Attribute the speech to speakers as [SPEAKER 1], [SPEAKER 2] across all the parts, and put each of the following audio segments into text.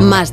[SPEAKER 1] más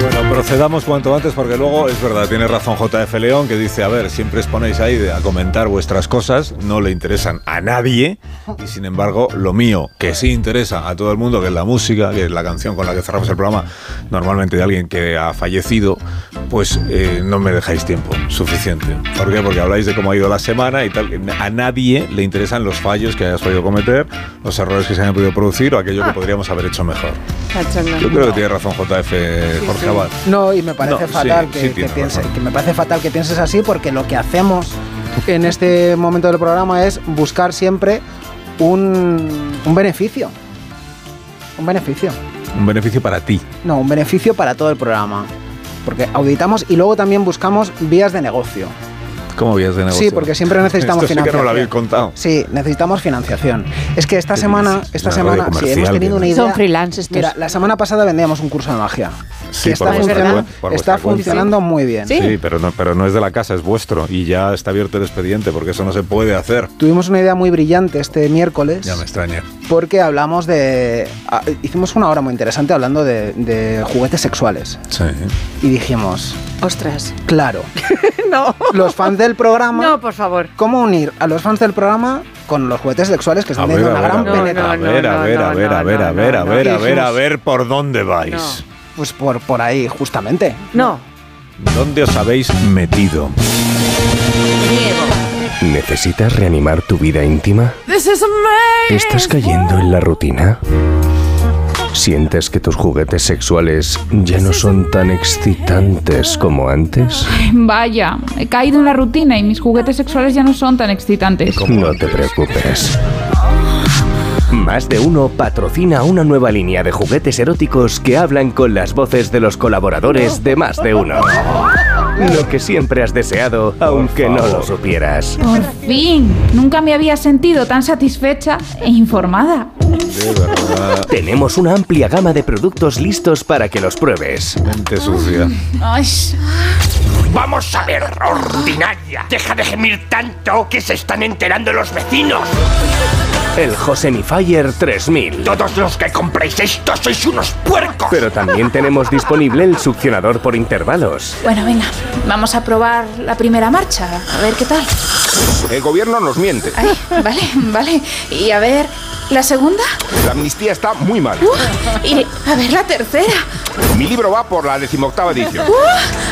[SPEAKER 2] Bueno, procedamos cuanto antes porque luego es verdad, tiene razón JF León que dice, a ver, siempre os ponéis ahí de- a comentar vuestras cosas, no le interesan a nadie y sin embargo lo mío, que sí interesa a todo el mundo, que es la música, que es la canción con la que cerramos el programa, normalmente de alguien que ha fallecido, pues eh, no me dejáis tiempo suficiente. ¿Por qué? Porque habláis de cómo ha ido la semana y tal. A nadie le interesan los fallos que hayas podido cometer, los errores que se hayan podido producir o aquello que podríamos haber hecho mejor. Yo creo que tiene razón JF Jorge Abad.
[SPEAKER 3] No, y me parece
[SPEAKER 2] No, sí,
[SPEAKER 3] fatal
[SPEAKER 2] sí
[SPEAKER 3] que, que
[SPEAKER 2] tiene
[SPEAKER 3] piense-
[SPEAKER 2] razón.
[SPEAKER 3] que me parece fatal que pienses así porque lo que hacemos en este momento del programa es buscar siempre un, un beneficio. Un beneficio.
[SPEAKER 2] Un beneficio para ti.
[SPEAKER 3] No, un beneficio para todo el programa. Porque auditamos y luego también buscamos vías de negocio.
[SPEAKER 2] ¿Cómo vías de negocio?
[SPEAKER 3] Sí, porque siempre necestamos
[SPEAKER 2] Esto sí que no lo
[SPEAKER 3] financiación.
[SPEAKER 2] habéis contado.
[SPEAKER 3] Sí, necesitamos financiación. Es que esta
[SPEAKER 2] ¿Qué
[SPEAKER 3] semana,
[SPEAKER 2] dices?
[SPEAKER 3] esta
[SPEAKER 2] Una
[SPEAKER 3] semana,
[SPEAKER 2] radio
[SPEAKER 3] sí, hemos
[SPEAKER 2] comercial,
[SPEAKER 3] tenido
[SPEAKER 2] ¿qué
[SPEAKER 3] una idea.
[SPEAKER 4] Son freelance estos.
[SPEAKER 3] Mira, la semana pasada vendíamos un curso de magia.
[SPEAKER 2] Sí,
[SPEAKER 3] que
[SPEAKER 2] por
[SPEAKER 3] está
[SPEAKER 2] vuestra
[SPEAKER 3] funcionando,
[SPEAKER 2] cuen- por
[SPEAKER 3] está
[SPEAKER 2] vuestra cuenta.
[SPEAKER 3] funcionando muy bien.
[SPEAKER 4] Sí.
[SPEAKER 2] Sí, pero no, pero no es de la casa, es vuestro. Y ya está abierto el expediente porque eso no se puede hacer.
[SPEAKER 3] Tuvimos una idea muy brillante este miércoles
[SPEAKER 2] Ya me extraña.
[SPEAKER 3] porque hablamos de... ah, Hicimos una hora muy interesante hablando de, de juguetes sexuales.
[SPEAKER 2] Sí.
[SPEAKER 3] Y dijimos,
[SPEAKER 4] Ostras.
[SPEAKER 3] claro,
[SPEAKER 4] No.
[SPEAKER 3] los fans del programa...
[SPEAKER 4] No, por favor.
[SPEAKER 3] ¿Cómo unir a los fans del programa con los juguetes sexuales que
[SPEAKER 2] A
[SPEAKER 3] están
[SPEAKER 2] ver,
[SPEAKER 3] teniendo
[SPEAKER 2] a
[SPEAKER 3] Pues
[SPEAKER 2] ver,
[SPEAKER 3] una
[SPEAKER 2] a
[SPEAKER 3] gran
[SPEAKER 2] ver, a
[SPEAKER 3] penetración?
[SPEAKER 4] no,
[SPEAKER 2] ver,
[SPEAKER 4] no,
[SPEAKER 2] a ver, a
[SPEAKER 4] no,
[SPEAKER 2] ver, a
[SPEAKER 4] no,
[SPEAKER 2] ver, a
[SPEAKER 4] no,
[SPEAKER 2] ver, a
[SPEAKER 4] no,
[SPEAKER 2] ver,
[SPEAKER 3] no.
[SPEAKER 2] a ver, a
[SPEAKER 3] Jesús.
[SPEAKER 2] ver por dónde vais.
[SPEAKER 3] Pues por, por ahí, justamente.
[SPEAKER 4] No.
[SPEAKER 2] ¿Dónde os habéis metido?
[SPEAKER 5] ¿Necesitas reanimar tu vida íntima? ¿Estás cayendo en la rutina? ¿Sientes que tus juguetes sexuales ya no son tan excitantes como antes?
[SPEAKER 6] Vaya, he caído en la rutina y mis juguetes sexuales ya no son tan excitantes.
[SPEAKER 5] No te preocupes. Más de uno patrocina una nueva línea de juguetes eróticos que hablan con las voces de los colaboradores de Más de uno. Lo que siempre has deseado, aunque no lo supieras.
[SPEAKER 6] Por fin, nunca me había sentido tan satisfecha e informada.
[SPEAKER 2] De verdad,
[SPEAKER 5] Tenemos una amplia gama de productos listos para que los pruebes.
[SPEAKER 2] mente sucia.
[SPEAKER 6] Ay,
[SPEAKER 7] Vamos a ver, ordinaria. Deja de gemir tanto que se están enterando los vecinos.
[SPEAKER 5] El Josemifier 3000.
[SPEAKER 7] Todos los que compréis esto sois unos puercos.
[SPEAKER 5] Pero también tenemos disponible el succionador por intervalos.
[SPEAKER 6] bueno, venga, vamos a probar la primera marcha, a ver qué tal.
[SPEAKER 7] El gobierno nos miente.
[SPEAKER 6] Ay, vale, vale. Y a ver, la segunda.
[SPEAKER 7] La amnistía está muy mal.
[SPEAKER 6] Uh, y a ver, la tercera.
[SPEAKER 7] Mi libro va por la decimoctava edición.
[SPEAKER 6] Uh,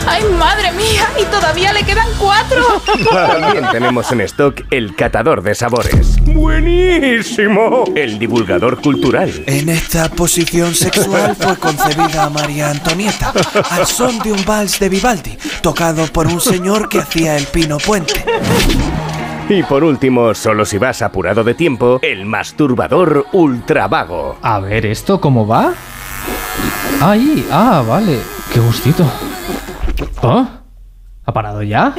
[SPEAKER 6] ay, madre mía, y todavía le quedan cuatro.
[SPEAKER 5] También tenemos en stock el catador de sabores. ¡Buenísimo! El divulgador cultural.
[SPEAKER 8] En esta posición sexual fue concebida María Antonieta al son de un vals de Vivaldi, tocado por un señor que hacía el Pino Puente.
[SPEAKER 5] Y por último, solo si vas apurado de tiempo, el masturbador ultravago.
[SPEAKER 9] A ver, ¿esto cómo va? ¡Ay! ¡Ah, vale! ¡Qué gustito! ¿Ah? ¿Ha parado ya?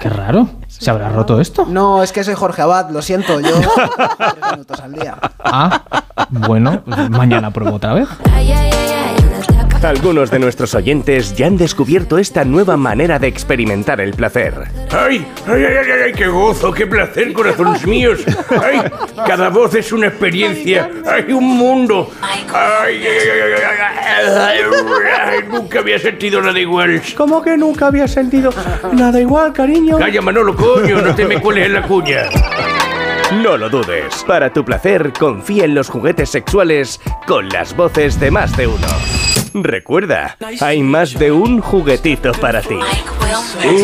[SPEAKER 9] ¡Qué raro! ¿Se habrá roto esto?
[SPEAKER 3] No, es que soy Jorge Abad, lo siento, yo... tres minutos al día.
[SPEAKER 9] Ah, bueno, mañana pruebo otra vez.
[SPEAKER 5] Algunos de nuestros oyentes ya han descubierto esta nueva manera de experimentar el placer.
[SPEAKER 7] ¡Ay! ¡Ay, ay, ay, ay! ¡Qué gozo! ¡Qué placer, corazones míos! ¡Ay! Cada voz es una experiencia. ¡Ay, un mundo! ¡Ay, ay, ay, ay, ay, ay, ay, ay, Nunca había sentido nada igual.
[SPEAKER 5] ¿Cómo que nunca había sentido nada igual, cariño?
[SPEAKER 7] Calla, Manolo, coño, no te me cueles en la cuña.
[SPEAKER 5] No lo dudes. Para tu placer, confía en los juguetes sexuales con las voces de más de uno. Recuerda, hay más de un juguetito para ti.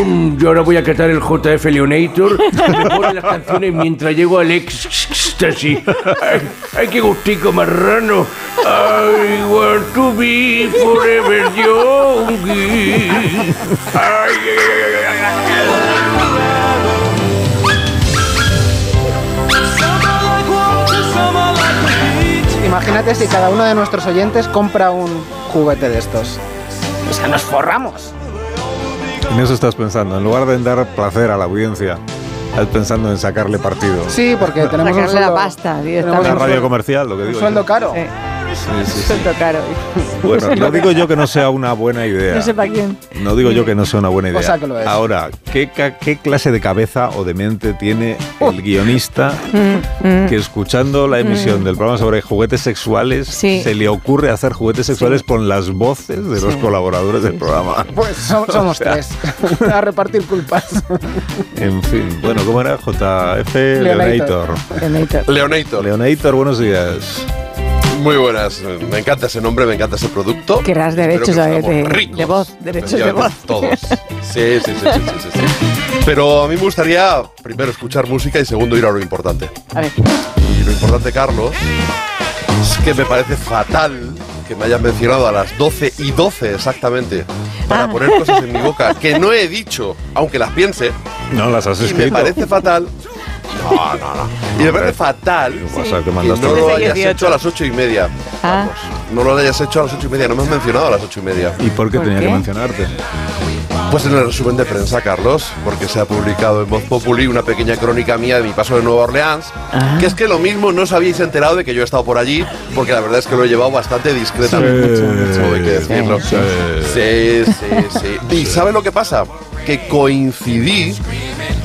[SPEAKER 7] Mm, yo ahora voy a catar el JF Leonator. Me pone las canciones mientras llego al éxtasis. Ay, ay, qué gustico marrano. I want to be forever young. Ay, ay, ay, ay, ay, ay.
[SPEAKER 3] Imagínate si cada uno de nuestros oyentes compra un juguete de estos. O sea, nos forramos.
[SPEAKER 2] En eso estás pensando. En lugar de dar placer a la audiencia, Estás pensando en sacarle partido.
[SPEAKER 3] Sí, porque tenemos un
[SPEAKER 4] Sacarle la
[SPEAKER 3] sueldo,
[SPEAKER 4] pasta
[SPEAKER 3] tenemos
[SPEAKER 4] directamente.
[SPEAKER 2] La
[SPEAKER 3] un
[SPEAKER 2] radio
[SPEAKER 3] sueldo-
[SPEAKER 2] comercial, lo que
[SPEAKER 3] un
[SPEAKER 2] digo.
[SPEAKER 3] sueldo
[SPEAKER 2] yo.
[SPEAKER 3] caro.
[SPEAKER 4] Sí.
[SPEAKER 2] Sí, sí, sí.
[SPEAKER 4] Suelto caro.
[SPEAKER 2] Bueno, no digo yo que no sea una buena idea.
[SPEAKER 4] No sé para quién.
[SPEAKER 2] No digo yo que no sea una buena idea.
[SPEAKER 3] Cosa que lo es.
[SPEAKER 2] Ahora, ¿qué, ca- qué clase de cabeza o de mente tiene el guionista
[SPEAKER 4] Mm.
[SPEAKER 2] que escuchando la emisión del programa sobre juguetes sexuales
[SPEAKER 4] Sí.
[SPEAKER 2] se le ocurre hacer juguetes sexuales con las voces de los
[SPEAKER 4] Sí.
[SPEAKER 2] colaboradores del
[SPEAKER 4] Sí, sí,
[SPEAKER 2] programa?
[SPEAKER 3] Pues so- somos tres. A repartir culpas.
[SPEAKER 2] En fin, bueno, ¿cómo era? JF
[SPEAKER 3] Leonator.
[SPEAKER 2] Leonator.
[SPEAKER 4] Benito.
[SPEAKER 10] Leonator,
[SPEAKER 2] Leonator, buenos días.
[SPEAKER 10] muy buenas. Me encanta ese nombre, me encanta ese producto.
[SPEAKER 4] Querrás
[SPEAKER 10] Espero
[SPEAKER 4] derechos
[SPEAKER 10] que
[SPEAKER 4] de-
[SPEAKER 10] seamos
[SPEAKER 4] de-
[SPEAKER 10] ricos.
[SPEAKER 4] de voz, derechos de
[SPEAKER 10] Efectivamente,
[SPEAKER 4] voz.
[SPEAKER 10] Todos. Sí, sí, sí, sí, sí, sí, sí. Pero a mí me gustaría, primero, escuchar música y segundo, ir a lo importante.
[SPEAKER 4] A ver.
[SPEAKER 10] Y lo importante, Carlos, es que me parece fatal que me hayan mencionado a las 12 y 12 exactamente para
[SPEAKER 4] Ah.
[SPEAKER 10] poner cosas en mi boca que no he dicho, aunque las piense.
[SPEAKER 2] No las has
[SPEAKER 10] Y me
[SPEAKER 2] escrito.
[SPEAKER 10] parece fatal. No, no, no. Y me parece fatal
[SPEAKER 2] ¿Qué pasa? ¿Qué
[SPEAKER 10] que
[SPEAKER 2] mandaste?
[SPEAKER 10] no lo
[SPEAKER 4] Desde
[SPEAKER 10] hayas
[SPEAKER 4] 18.
[SPEAKER 10] hecho a las ocho y media.
[SPEAKER 4] Ah.
[SPEAKER 10] Vamos, no lo hayas hecho a las ocho y media. No me has mencionado a las ocho y media.
[SPEAKER 2] ¿Y por qué
[SPEAKER 4] ¿Por
[SPEAKER 2] tenía que
[SPEAKER 4] qué?
[SPEAKER 2] mencionarte?
[SPEAKER 10] Pues en el resumen de prensa, Carlos, porque se ha publicado en Voz Populi una pequeña crónica mía de mi paso de Nueva Orleans, que es que lo mismo no os habéis enterado de que yo he estado por allí, porque la verdad es que lo he llevado bastante discretamente.
[SPEAKER 2] Sí,
[SPEAKER 10] Todo hay que decirlo.
[SPEAKER 2] sí,
[SPEAKER 10] Sí, sí, sí. ¿Y sabe lo que pasa? Que coincidí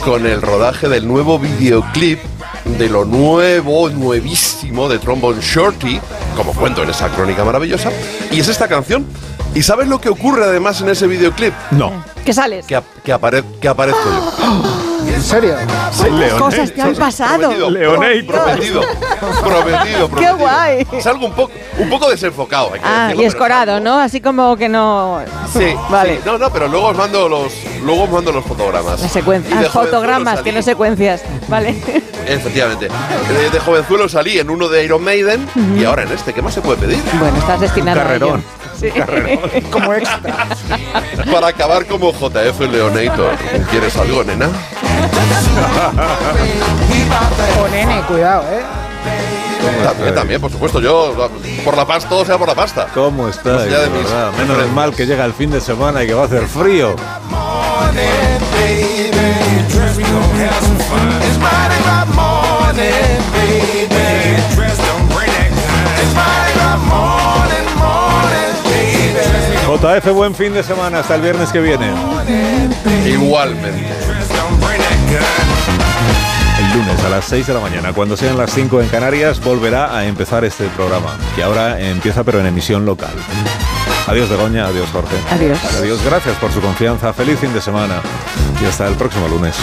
[SPEAKER 10] con el rodaje del nuevo videoclip de lo nuevo, nuevísimo de Trombone Shorty, como cuento en esa crónica maravillosa, y es esta canción. ¿Y sabes lo que ocurre además en ese videoclip?
[SPEAKER 2] No.
[SPEAKER 4] ¿Qué sales?
[SPEAKER 10] que, ap- que, apare- que aparezco yo.
[SPEAKER 3] ¿En serio?
[SPEAKER 4] Cosas que han pasado.
[SPEAKER 2] Leonel,
[SPEAKER 4] Por Dios.
[SPEAKER 10] Prometido, prometido, prometido.
[SPEAKER 4] Qué guay.
[SPEAKER 10] Salgo un poco, un poco desenfocado. Hay que
[SPEAKER 4] Ah,
[SPEAKER 10] decirlo,
[SPEAKER 4] y
[SPEAKER 10] pero
[SPEAKER 4] escorado,
[SPEAKER 10] salgo-
[SPEAKER 4] ¿no? Así como que no.
[SPEAKER 10] Sí,
[SPEAKER 4] Vale.
[SPEAKER 10] vale. No, no, pero luego os mando los, luego os mando los fotogramas.
[SPEAKER 4] Las secuencias.
[SPEAKER 10] Y de
[SPEAKER 4] Ah, fotogramas,
[SPEAKER 10] jovenzuelo
[SPEAKER 4] que no
[SPEAKER 10] salí-
[SPEAKER 4] secuencias. Vale.
[SPEAKER 10] Efectivamente. De, de jovenzuelo salí en uno de Iron Maiden y ahora en este. ¿Qué más se puede pedir?
[SPEAKER 4] Bueno, estás destinado a ello.
[SPEAKER 2] Carrerón.
[SPEAKER 4] Sí.
[SPEAKER 3] Como extra.
[SPEAKER 10] Para acabar como JF Leonator. ¿Quieres algo, nena?
[SPEAKER 3] O nene, cuidado, ¿eh?
[SPEAKER 10] También, también, por supuesto. Yo, por la paz, todo sea por la pasta.
[SPEAKER 2] ¿Cómo está?
[SPEAKER 10] Más allá de mis
[SPEAKER 2] verdad? Menos
[SPEAKER 10] referencias.
[SPEAKER 2] mal que llega el fin de semana y que va a hacer frío. JF, buen fin de semana. Hasta el viernes que viene.
[SPEAKER 10] Igualmente.
[SPEAKER 2] El lunes a las 6 de la mañana, cuando sean las 5 en Canarias, volverá a empezar este programa, que ahora empieza pero en emisión local. Adiós Begoña, adiós Jorge.
[SPEAKER 4] Adiós.
[SPEAKER 2] Adiós, gracias por su confianza. Feliz fin de semana y hasta el próximo lunes.